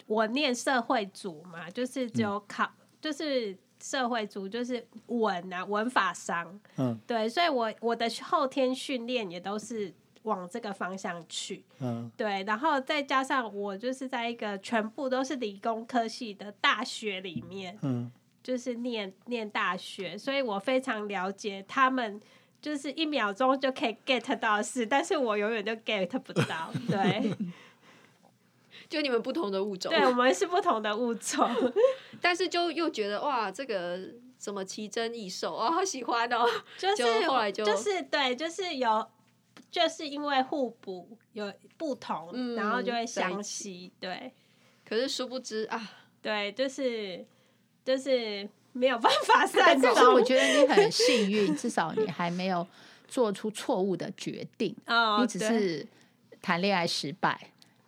Speaker 1: 我念社会组嘛，就是只有考，就是社会组就是文啊文法商，
Speaker 4: 嗯
Speaker 1: 对，所以我我的后天训练也都是往这个方向去。
Speaker 4: 嗯
Speaker 1: 对，然后再加上我就是在一个全部都是理工科系的大学里面，
Speaker 4: 嗯
Speaker 1: 就是念念大学，所以我非常了解他们，就是一秒钟就可以 get 到的事，但是我永远都 get 不 到。对，
Speaker 3: 就你们不同的物种，
Speaker 1: 对我们是不同的物种。
Speaker 3: 但是就又觉得哇，这个什么奇珍异兽哦，好喜欢哦，
Speaker 1: 就是
Speaker 3: 就后来就是
Speaker 1: 对，就是有，就是因为互补有不同，
Speaker 3: 嗯
Speaker 1: 然后就会
Speaker 3: 在
Speaker 1: 相
Speaker 3: 一
Speaker 1: 吸。对
Speaker 3: 可是殊不知啊，
Speaker 1: 对，就是就是没有办法散
Speaker 2: 但是
Speaker 1: 走。
Speaker 2: 我觉得你很幸运，至少你还没有做出错误的决定，
Speaker 1: 哦，
Speaker 2: 你只
Speaker 1: 对
Speaker 2: 是谈恋爱失败，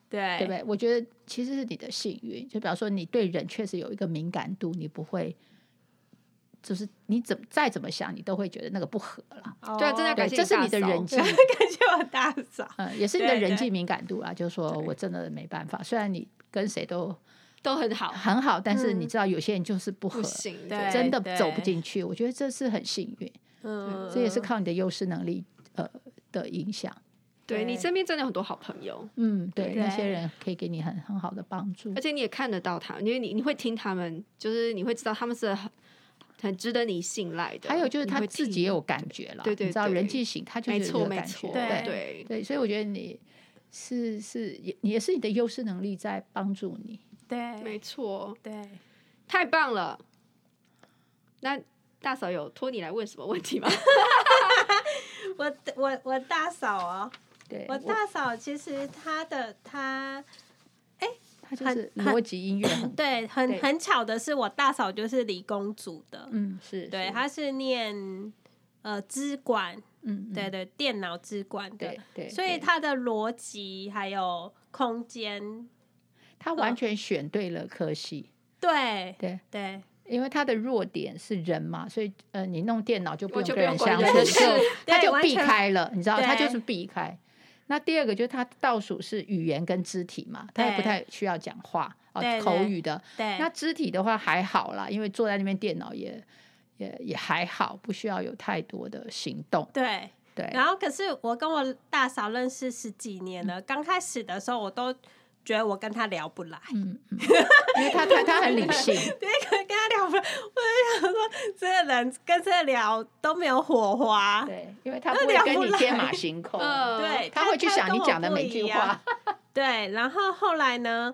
Speaker 1: 对
Speaker 2: 对
Speaker 3: 哎
Speaker 2: 不对？我觉得其实是你的幸运，就比方说你对人确实有一个敏感度，你不会。就是你怎么再怎么想，你都会觉得那个不合了。
Speaker 1: 哦
Speaker 3: 对啊真的
Speaker 2: 对，
Speaker 3: 要感谢
Speaker 2: 这是
Speaker 3: 大
Speaker 2: 你的
Speaker 3: 嫂
Speaker 2: 人 际
Speaker 1: 感谢我大嫂。
Speaker 2: 嗯，也是你的
Speaker 1: 对
Speaker 2: 人
Speaker 1: 对
Speaker 2: 际敏感度啦，就是说
Speaker 3: 对
Speaker 2: 我真的没办法，虽然你跟谁都
Speaker 3: 都很好，
Speaker 2: 很好，但是你
Speaker 1: 嗯
Speaker 2: 知道有些人就是不合
Speaker 3: 不，行，
Speaker 1: 对
Speaker 2: 真的
Speaker 1: 对
Speaker 2: 走不进去。我觉得这是很幸运，
Speaker 1: 嗯，
Speaker 2: 这也是靠你的优势能力呃的影响。
Speaker 3: 嗯对
Speaker 1: 对
Speaker 3: 你身边真的有很多好朋友，
Speaker 2: 嗯，对，
Speaker 1: 对
Speaker 2: 那些人可以给你很很好的帮助
Speaker 3: 而。且你也看得到他，因为你你会听他们，就是你会知道他们是很很值得你信赖的。
Speaker 2: 还有就是
Speaker 3: 你
Speaker 2: 他
Speaker 3: 会
Speaker 2: 自己
Speaker 3: 听
Speaker 2: 也有感觉了，
Speaker 3: 对对
Speaker 2: 你知道人
Speaker 3: 对
Speaker 2: 际型他就
Speaker 3: 没
Speaker 2: 是有
Speaker 3: 错没
Speaker 2: 感
Speaker 3: 错，
Speaker 2: 觉，
Speaker 1: 对
Speaker 3: 对
Speaker 2: 对，所以我觉得你是是也也是你的优势能力在帮助你。
Speaker 1: 对
Speaker 3: 没错，
Speaker 1: 对。
Speaker 3: 太棒了。那大嫂有托你来问什么问题 吗？
Speaker 1: 我我我大嫂哦，
Speaker 2: 对，
Speaker 1: 我大嫂其实她的她
Speaker 2: 他就
Speaker 1: 很
Speaker 2: 是
Speaker 1: 很
Speaker 2: 逻辑音乐很
Speaker 1: 对很
Speaker 2: 对
Speaker 1: 很巧的是，我大嫂就是理工组的，
Speaker 2: 嗯，是
Speaker 1: 对，
Speaker 2: 是
Speaker 1: 她是念呃资管，
Speaker 2: 嗯，嗯
Speaker 1: 对对，电脑资管的
Speaker 2: 对，对，
Speaker 1: 所以
Speaker 2: 对
Speaker 1: 她的逻辑还有空间，
Speaker 2: 他完全选对了科系，
Speaker 1: 对
Speaker 2: 对，
Speaker 1: 对
Speaker 2: 因为他的弱点是人嘛，所以呃，你弄电脑就不
Speaker 3: 我
Speaker 2: 用
Speaker 3: 就
Speaker 2: 跟
Speaker 3: 不用
Speaker 2: 相
Speaker 3: 管人
Speaker 2: 处，
Speaker 3: 的
Speaker 2: 就
Speaker 3: 事
Speaker 2: 他
Speaker 1: 对
Speaker 2: 就
Speaker 1: 完
Speaker 2: 避
Speaker 1: 全
Speaker 2: 开了，你知道，他就
Speaker 1: 对
Speaker 2: 是避开。那第二个就是他倒数是语言跟肢体嘛，他也不
Speaker 1: 对
Speaker 2: 太需要讲话啊、
Speaker 1: 对
Speaker 2: 口
Speaker 1: 对
Speaker 2: 语的。
Speaker 1: 对，
Speaker 2: 那肢体的话还好啦，因为坐在那边电脑也也也还好，不需要有太多的行动。
Speaker 1: 对。
Speaker 2: 对，
Speaker 1: 然后可是我跟我大嫂认识十几年了，刚开始的时候我都觉得我跟她聊不来，
Speaker 2: 嗯，嗯因为他他他很理 性，
Speaker 1: 对，跟跟他聊，我就想说，这个人跟这个聊都没有火花。
Speaker 2: 对，因为他
Speaker 1: 那
Speaker 2: 不会
Speaker 1: 聊
Speaker 2: 跟
Speaker 1: 不
Speaker 2: 你
Speaker 1: 来
Speaker 2: 天马 行空，
Speaker 3: 嗯
Speaker 1: 对，
Speaker 2: 他会去想
Speaker 1: 跟
Speaker 2: 你
Speaker 1: 我
Speaker 2: 讲的
Speaker 1: 不
Speaker 2: 每
Speaker 1: 一
Speaker 2: 句
Speaker 1: 样
Speaker 2: 话。
Speaker 1: 对，然后后来呢，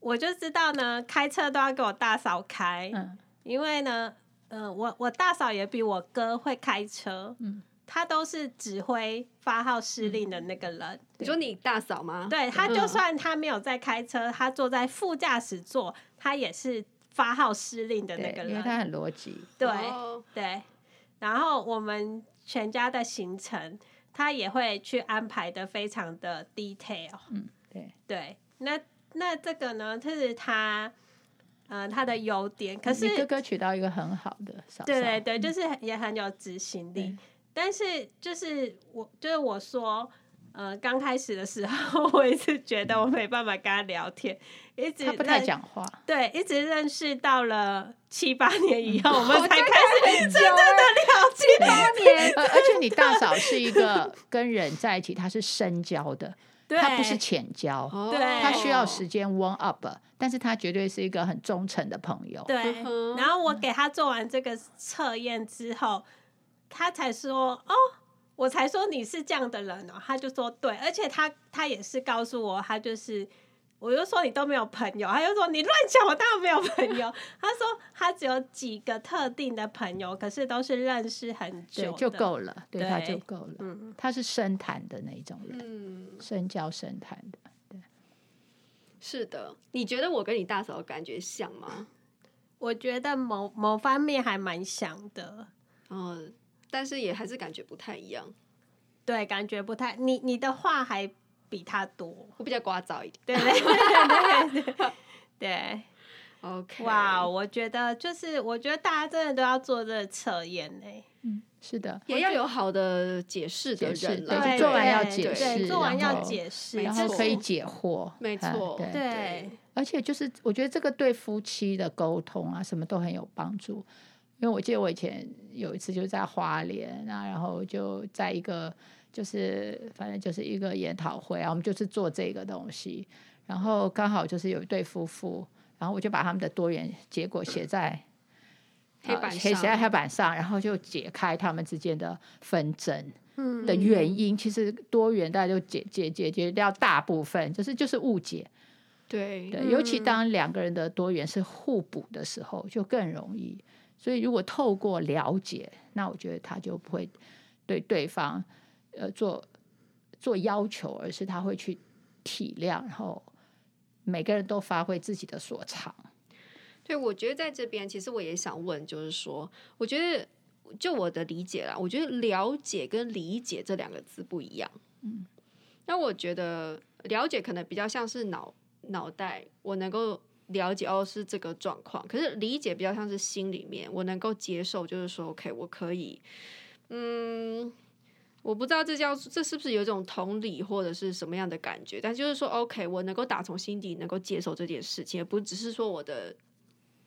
Speaker 1: 我就知道呢，开车都要给我大嫂开，
Speaker 2: 嗯
Speaker 1: 因为呢，呃，我我大嫂也比我哥会开车，
Speaker 2: 嗯
Speaker 1: 他都是指挥发号施令的那个人。
Speaker 3: 你说你大嫂吗？
Speaker 1: 对他，就
Speaker 3: 嗯
Speaker 1: 算他没有在开车，他坐在副驾驶座，他也是发号施令的那
Speaker 2: 对
Speaker 1: 个，
Speaker 2: 因为
Speaker 1: 人。
Speaker 2: 他很逻辑。
Speaker 1: 对，
Speaker 3: 哦
Speaker 1: 对，然后我们全家的行程，他也会去安排的非常的 detail。
Speaker 2: 嗯，对，
Speaker 1: 对，那那这个呢，就是他呃他的优点，可是
Speaker 2: 你哥哥娶到一个很好的嫂嫂，
Speaker 1: 对对对，就是很也很有执行力
Speaker 2: 对。
Speaker 1: 但是就是我就是我说，呃，刚开始的时候， 我一直觉得我没办法跟他聊天，一直
Speaker 2: 他不太
Speaker 1: 认
Speaker 2: 讲话，
Speaker 1: 对，一直认识到了七八年以 后，我们才
Speaker 3: 觉得
Speaker 1: 开始真正的了解。
Speaker 2: 八 年，而而且你大嫂是一个跟人在一起，她是深交的，
Speaker 1: 对，
Speaker 2: 她不是浅交，
Speaker 3: 哦
Speaker 1: 对
Speaker 2: 她需要时间 warm up，但是她绝对是一个很忠诚的朋友。
Speaker 1: 对
Speaker 3: 嗯。哼
Speaker 1: 然后我给他做完这个测验之后，他才说：“哦，我才说你是这样的人哦。”他就说：“对。”而且他他也是告诉我，他就是。我就说你都没有朋友，他就说你乱讲，我当然没有朋友。他说他只有几个特定的朋友，可是都是认识很久
Speaker 2: 对，
Speaker 1: 的，
Speaker 2: 就够了，对
Speaker 1: 对
Speaker 2: 她就够了。
Speaker 1: 嗯，
Speaker 2: 她是深谈的那一种人，
Speaker 3: 嗯，
Speaker 2: 深交深谈的。
Speaker 3: 是的。你觉得我跟你大嫂感觉像吗？
Speaker 1: 我觉得某某方面还蛮像的，
Speaker 3: 嗯，但是也还是感觉不太一样。
Speaker 1: 对，感觉不太你你的话还比他多，
Speaker 3: 我比较聒噪一点。
Speaker 1: 对对 对对对 对，
Speaker 3: OK，
Speaker 1: 哇，，哦我觉得就是我觉得大家真的都要做这个测验呢，
Speaker 2: 嗯，是的，
Speaker 3: 也要有好的解释的
Speaker 2: 解释
Speaker 3: 人
Speaker 2: 对
Speaker 3: 啦。
Speaker 1: 对，
Speaker 2: 做完要
Speaker 1: 对
Speaker 2: 解
Speaker 1: 对
Speaker 2: 释
Speaker 1: 做完
Speaker 2: 然
Speaker 1: 要
Speaker 2: 后
Speaker 1: 解释，
Speaker 3: 没
Speaker 2: 然后
Speaker 3: 错
Speaker 2: 可以解惑，
Speaker 3: 没
Speaker 2: 啊
Speaker 3: 错
Speaker 2: 对
Speaker 1: 对
Speaker 2: 而且就是我觉得这个对夫妻的沟通啊，什么都很有帮助。因为我记得我以前有一次就在花莲，那然后就在一个就是反正就是一个研讨会啊，我们就是做这个东西，然后刚好就是有一对夫妇，然后我就把他们的多元结果写在
Speaker 3: 黑
Speaker 2: 呃
Speaker 3: 板
Speaker 2: 写
Speaker 3: 上
Speaker 2: 在黑板上，然后就解开他们之间的纷争。
Speaker 1: 嗯
Speaker 2: 的原因，其实多元大家就解解解决掉大部分，就是就是误解。
Speaker 3: 对
Speaker 2: 对，尤其
Speaker 1: 嗯
Speaker 2: 当两个人的多元是互补的时候，就更容易。所以如果透过了解，那我觉得他就不会对对方呃做做要求，而是他会去体谅，然后每个人都发挥自己的所长。
Speaker 3: 对，我觉得在这边，其实我也想问，就是说，我觉得就我的理解啦，我觉得了解跟理解这两个字不一样。
Speaker 2: 嗯，
Speaker 3: 那我觉得了解可能比较像是脑脑袋，我能够了解哦是这个状况，可是理解比较像是心里面，我能够接受，就是说，OK，我可以，嗯。我不知道这叫这是不是有一种同理或者是什么样的感觉，但就是说，OK，我能够打从心底能够接受这件事情，而不只是说我的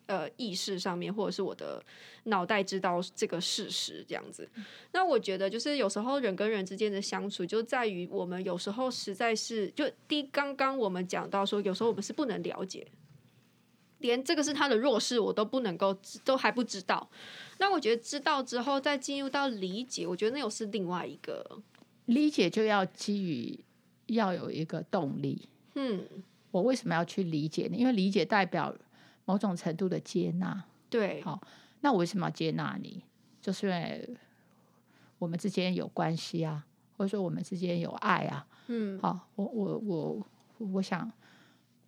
Speaker 3: 呃意识上面，或者是我的脑袋知道这个事实这样子。那我觉得就是有时候人跟人之间的相处，就在于我们有时候实在是就第一刚刚我们讲到说，有时候我们是不能了解。连这个是他的弱势，我都不能够知，都还不知道。那我觉得知道之后，再进入到理解，我觉得那又是另外一个，
Speaker 2: 理解就要基于要有一个动力，
Speaker 3: 嗯，
Speaker 2: 我为什么要去理解你？因为理解代表某种程度的接纳。
Speaker 3: 对，
Speaker 2: 好那我为什么要接纳你？就是因为我们之间有关系啊，或者说我们之间有爱啊。
Speaker 3: 嗯，
Speaker 2: 好，我我我我想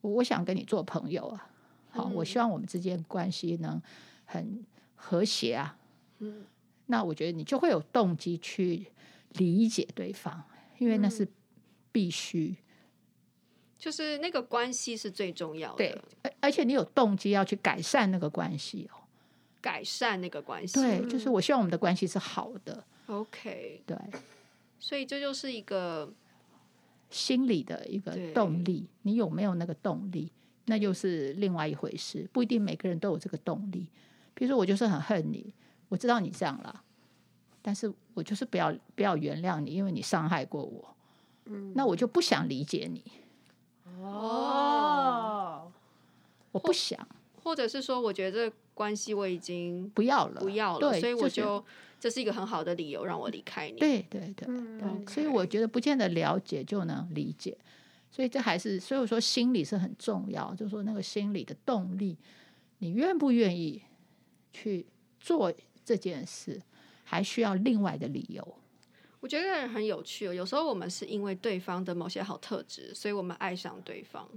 Speaker 2: 我我想跟你做朋友啊。好，我希望我们之间关系能很和谐啊。
Speaker 3: 嗯，
Speaker 2: 那我觉得你就会有动机去理解对方，因为那是必须。
Speaker 3: 就是那个关系是最重要
Speaker 2: 对
Speaker 3: 的，，
Speaker 2: 而而且你有动机要去改善那个关系哦。
Speaker 3: 改善那个关系。
Speaker 2: 对，就是
Speaker 1: 嗯
Speaker 2: 我希望我们的关系是好的，
Speaker 3: ，OK，
Speaker 2: 对，
Speaker 3: 所以这就是一个
Speaker 2: 心理的一个
Speaker 3: 对
Speaker 2: 动力，你有没有那个动力，那又是另外一回事，不一定每个人都有这个动力。比如说，我就是很恨你，我知道你这样了，但是我就是不要不要原谅你，因为你伤害过我，
Speaker 1: 嗯
Speaker 2: 那我就不想理解你，
Speaker 1: 哦，
Speaker 2: 我不想
Speaker 3: 或者是说，我觉得这个关系我已经
Speaker 2: 不要了，
Speaker 3: 不要了，
Speaker 2: 对，
Speaker 3: 所以我
Speaker 2: 是
Speaker 3: 就这是一个很好的理由让我离开你。
Speaker 2: 对对对，
Speaker 1: 嗯
Speaker 3: 嗯
Speaker 2: 所以我觉得不见得了解就能理解，所以这还是所以我说心理是很重要，就是说那个心理的动力，你愿不愿意去做这件事，还需要另外的理由。
Speaker 3: 我觉得很有趣哦。有时候我们是因为对方的某些好特质，所以我们爱上对方。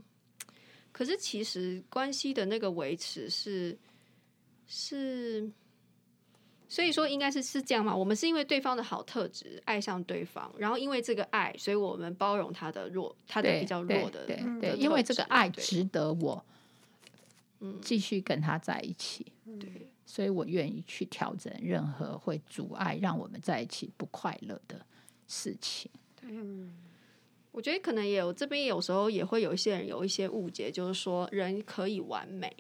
Speaker 3: 可是其实关系的那个维持是是所以说应该是是这样嘛？我们是因为对方的好特质爱上对方，然后因为这个爱，所以我们包容他的弱，他的
Speaker 2: 对
Speaker 3: 比较
Speaker 2: 对
Speaker 3: 弱的
Speaker 2: 对
Speaker 1: 嗯
Speaker 2: 对，
Speaker 3: 的
Speaker 2: 因为
Speaker 3: 特
Speaker 2: 这个
Speaker 3: 质
Speaker 2: 爱
Speaker 3: 对
Speaker 2: 值得我
Speaker 3: 嗯
Speaker 2: 继续跟他在一起，
Speaker 3: 对
Speaker 2: 所以我愿意去调整任何会阻碍让我们在一起不快乐的事情。
Speaker 1: 嗯，
Speaker 3: 我觉得可能也有这边有时候也会有一些人有一些误解，就是说人可以完美，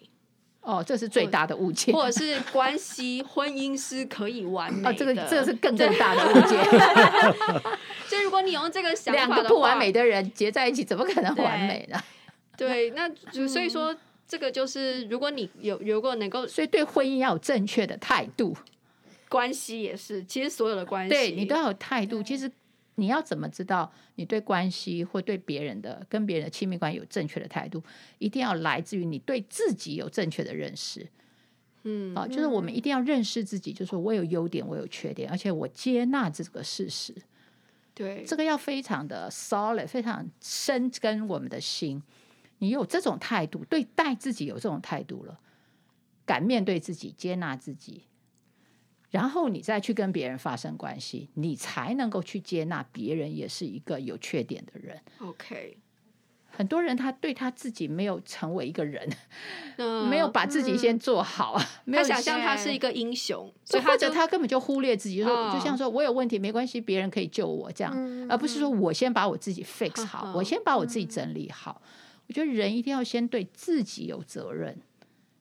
Speaker 2: 哦，这是最
Speaker 3: 或
Speaker 2: 大的误解。
Speaker 3: 或者是关系 婚姻是可以完美的。
Speaker 2: 哦，这个这个是更更大的误解。
Speaker 3: 就如果你用这个想
Speaker 2: 两
Speaker 3: 法
Speaker 2: 个
Speaker 3: 的
Speaker 2: 不完
Speaker 3: 话
Speaker 2: 美的人结在一起，怎么可能
Speaker 1: 对
Speaker 2: 完美呢？
Speaker 3: 对， 那就所以
Speaker 2: 嗯
Speaker 3: 说这个就是如果你有如果能够
Speaker 2: 所以对婚姻要有正确的态度，
Speaker 3: 关系也是，嗯其实所有的关系
Speaker 2: 对你都要有态度。其实你要怎么知道你对关系或对别人的跟别人的亲密关系有正确的态度，一定要来自于你对自己有正确的认识。
Speaker 3: 嗯
Speaker 2: 啊，就是我们一定要认识自己，就是我有优点，我有缺点，而且我接纳这个事实。
Speaker 3: 对
Speaker 2: 这个要非常的 solid，非常深根我们的心。你有这种态度，对待自己有这种态度了，敢面对自己，接纳自己，然后你再去跟别人发生关系，你才能够去接纳别人也是一个有缺点的人。
Speaker 3: OK，
Speaker 2: 很多人他对他自己没有成为一个人，
Speaker 3: 那
Speaker 2: 没有把自己先做好啊，没
Speaker 3: 嗯他
Speaker 2: 有
Speaker 3: 想象他
Speaker 1: 先
Speaker 3: 是一个英雄，
Speaker 2: 就
Speaker 3: 所以他
Speaker 2: 或者
Speaker 3: 就
Speaker 2: 他根本就忽略自己，就说就像
Speaker 3: 哦
Speaker 2: 说我有问题没关系，别人可以救我这样，
Speaker 1: 嗯
Speaker 2: 而不是说我先把我自己 fix 好，
Speaker 3: 好
Speaker 2: 我先把我
Speaker 3: 嗯
Speaker 2: 自己整理好。我觉得人一定要先对自己有责任，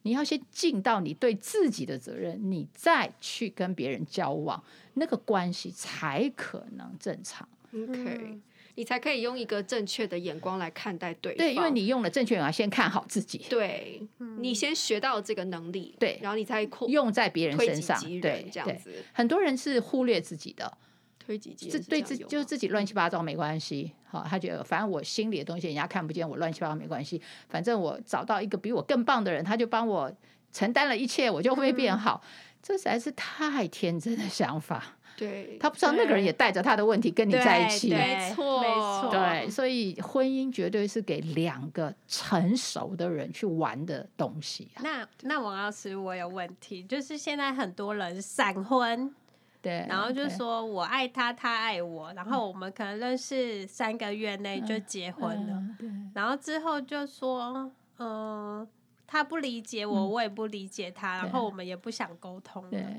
Speaker 2: 你要先尽到你对自己的责任，你再去跟别人交往，那个关系才可能正常。
Speaker 3: OK，
Speaker 1: 嗯
Speaker 3: 你才可以用一个正确的眼光来看待对方。
Speaker 2: 对，因为你用了正确眼光，先看好自 己，
Speaker 3: 对你先学到这个能力，
Speaker 2: 嗯对
Speaker 3: 然后你才扩
Speaker 2: 用在别人
Speaker 3: 推
Speaker 2: 身
Speaker 3: 己
Speaker 2: 上，
Speaker 3: 及
Speaker 2: 对
Speaker 3: 人这样
Speaker 2: 对。
Speaker 3: 子，
Speaker 2: 很多人是忽略自己的，
Speaker 3: 推己及人
Speaker 2: 自
Speaker 3: 是
Speaker 2: 对
Speaker 3: 这
Speaker 2: 自
Speaker 3: 样用
Speaker 2: 就是
Speaker 3: 吗
Speaker 2: 自己乱七八糟没关系，好、他觉得反正我心里的东西人家看不见，我乱七八糟没关系，反正我找到一个比我更棒的人，他就帮我承担了一切，我就会
Speaker 1: 嗯
Speaker 2: 变好。这实在是太天真的想法，
Speaker 3: 对
Speaker 2: 他不知道那个人也带着他的问题跟你在一起。
Speaker 1: 对
Speaker 3: 没错
Speaker 1: 没错，
Speaker 2: 对，所以婚姻绝对是给两个成熟的人去玩的东西啊。
Speaker 1: 那那王老师，我有问题，就是现在很多人闪婚，
Speaker 2: 对，
Speaker 1: 然后就
Speaker 2: 对
Speaker 1: 说我爱他，他爱我，然后我们可能认识三个月内就结婚了，
Speaker 2: 嗯对
Speaker 1: 然后之后就说，嗯、他不理解我，我也不理解他，然后我们也不想沟通
Speaker 2: 嗯对
Speaker 1: 了。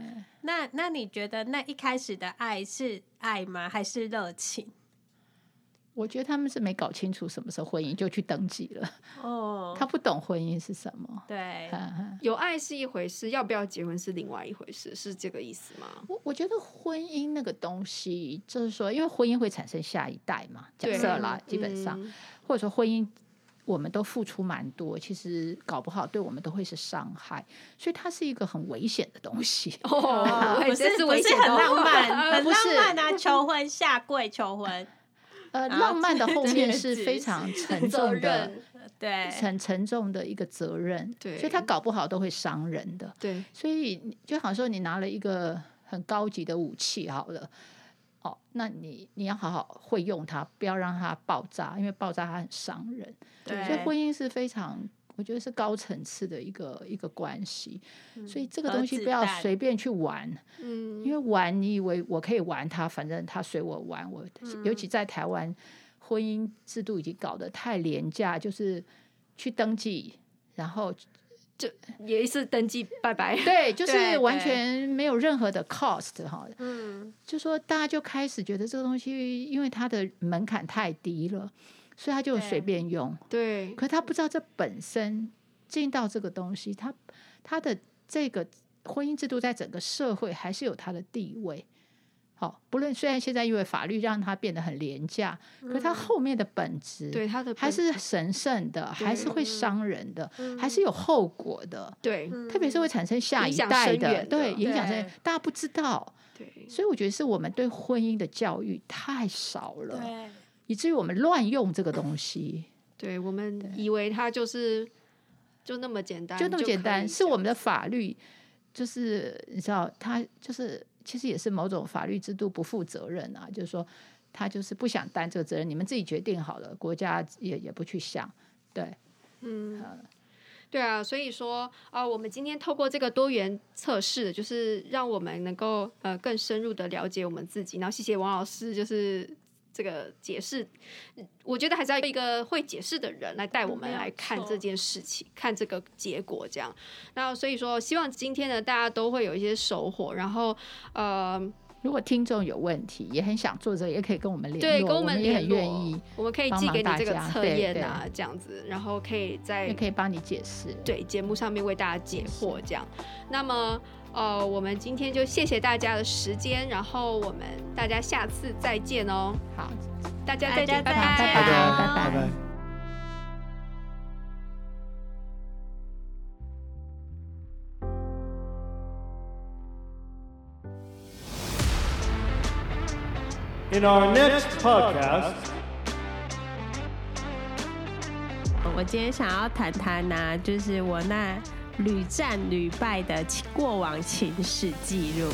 Speaker 1: 那那你觉得那一开始的爱是爱吗？还是热情？
Speaker 2: 我觉得他们是没搞清楚什么是婚姻就去登记了，
Speaker 1: 哦，
Speaker 2: 他不哦懂婚姻是什么。
Speaker 1: 对，
Speaker 3: 有爱是一回事，要不要结婚是另外一回事，是这个意思吗？
Speaker 2: 我我觉得婚姻那个东西，就是说，因为婚姻会产生下一代嘛，假
Speaker 3: 对
Speaker 2: 设啦，基本上，
Speaker 3: 嗯
Speaker 2: 或者说婚姻我们都付出蛮多，其实搞不好对我们都会是伤害，所以它是一个很危险的东西。 啊
Speaker 3: 哦，
Speaker 1: 不
Speaker 3: 这
Speaker 1: 是不
Speaker 3: 危
Speaker 1: 是
Speaker 3: 险
Speaker 1: 很
Speaker 3: 的
Speaker 1: 浪
Speaker 3: 哦
Speaker 1: 漫，很
Speaker 2: 不
Speaker 1: 浪
Speaker 2: 是
Speaker 1: 漫啊！求婚下跪求婚，
Speaker 2: 呃，
Speaker 1: 啊
Speaker 2: 浪漫的后面是
Speaker 1: 这个
Speaker 2: 非常沉
Speaker 3: 责
Speaker 2: 重的
Speaker 3: 任，哎
Speaker 1: 对，
Speaker 2: 很沉重的一个责任，
Speaker 3: 对
Speaker 2: 所以它搞不好都会伤人的。
Speaker 3: 对
Speaker 2: 所以你就好像说你拿了一个很高级的武器好了，哦，那你你要好好会用它，不要让它爆炸，因为爆炸它很伤人。
Speaker 1: 对
Speaker 2: 所以婚姻是非常，我觉得是高层次的一个一个关系，所以这个东西
Speaker 1: 核嗯子
Speaker 2: 不要
Speaker 1: 弹
Speaker 2: 随便去玩，
Speaker 3: 嗯
Speaker 2: 因为玩你以为我可以玩它，反正它随我玩，我
Speaker 1: 嗯
Speaker 2: 尤其在台湾婚姻制度已经搞得太廉价，就是去登记，然后
Speaker 3: 嗯也是登记 拜拜，
Speaker 2: 对，就
Speaker 1: 对
Speaker 2: 是完
Speaker 1: 对
Speaker 2: 全没有任何的 cost 哈，
Speaker 1: 嗯，
Speaker 2: 就说大家就开始觉得这个东西，因为它的门槛太低了，所以他就
Speaker 1: 对
Speaker 2: 随便用。
Speaker 3: 对
Speaker 2: 可他不知道这本身进到这个东西，他他的这个婚姻制度在整个社会还是有它的地位。好，不论虽然现在因为法律让它变得很廉价，可
Speaker 1: 嗯
Speaker 2: 它后面的本质
Speaker 3: 对，他的
Speaker 2: 还
Speaker 3: 本
Speaker 2: 是神圣的，还是会
Speaker 1: 嗯
Speaker 2: 伤人的，还是有后果的。
Speaker 3: 对
Speaker 2: 特别是会产生下
Speaker 3: 嗯影
Speaker 2: 一
Speaker 3: 响
Speaker 2: 代
Speaker 3: 深远
Speaker 2: 对
Speaker 3: 的
Speaker 2: 影响
Speaker 1: 对
Speaker 2: 深远，大家不知道，
Speaker 3: 对
Speaker 2: 所以我觉得是我们对婚姻的教育太少了，
Speaker 1: 对，
Speaker 2: 以至于我们乱用这个东西，
Speaker 3: 对，我们以为他就是嗯就那么简单，
Speaker 2: 就那么简
Speaker 3: 可以
Speaker 2: 单，是
Speaker 3: 这
Speaker 2: 我
Speaker 3: 样
Speaker 2: 们的法律，就是你知道，它就是其实也是某种法律制度不负责任啊，就是说他就是不想担这个责任，你们自己决定好了，国家也也不去想，对，
Speaker 3: 嗯，对啊，所以说啊、我们今天透过这个多元测试，就是让我们能够呃更深入的了解我们自己。然后谢谢王老师，就是这个解释，嗯我觉得还是要一个会解释的人来带我们
Speaker 1: 没有
Speaker 3: 来看
Speaker 1: 错
Speaker 3: 这件事情，看这个结果这样。那所以说，希望今天呢大家都会有一些收获，然后呃，
Speaker 2: 如果听众有问题，也很想做这个，也可以跟我们联络，
Speaker 3: 对，跟
Speaker 2: 我
Speaker 3: 们
Speaker 2: 也
Speaker 3: 联
Speaker 2: 很
Speaker 3: 络
Speaker 2: 愿意，，
Speaker 3: 我们可以
Speaker 2: 帮
Speaker 3: 寄
Speaker 2: 忙
Speaker 3: 给你
Speaker 2: 大
Speaker 3: 这个
Speaker 2: 家
Speaker 3: 测
Speaker 2: 对
Speaker 3: 验
Speaker 2: 对
Speaker 3: 啊，这样子，然后可以在
Speaker 2: 也可以帮你解释。
Speaker 3: 对节目上面为大家解惑这样。那么呃，我们今天就谢谢大家的时间，然后我们大家下次再见哦，
Speaker 2: 好，
Speaker 3: 大家
Speaker 1: 大
Speaker 3: 再
Speaker 1: 家
Speaker 3: 见，
Speaker 1: 再
Speaker 3: 拜
Speaker 1: 见
Speaker 4: 拜拜
Speaker 2: 拜
Speaker 4: 拜拜。
Speaker 5: In our next podcast,
Speaker 1: 我今天想要谈谈啊呢、就是我那屡战屡败的情过往情史记录。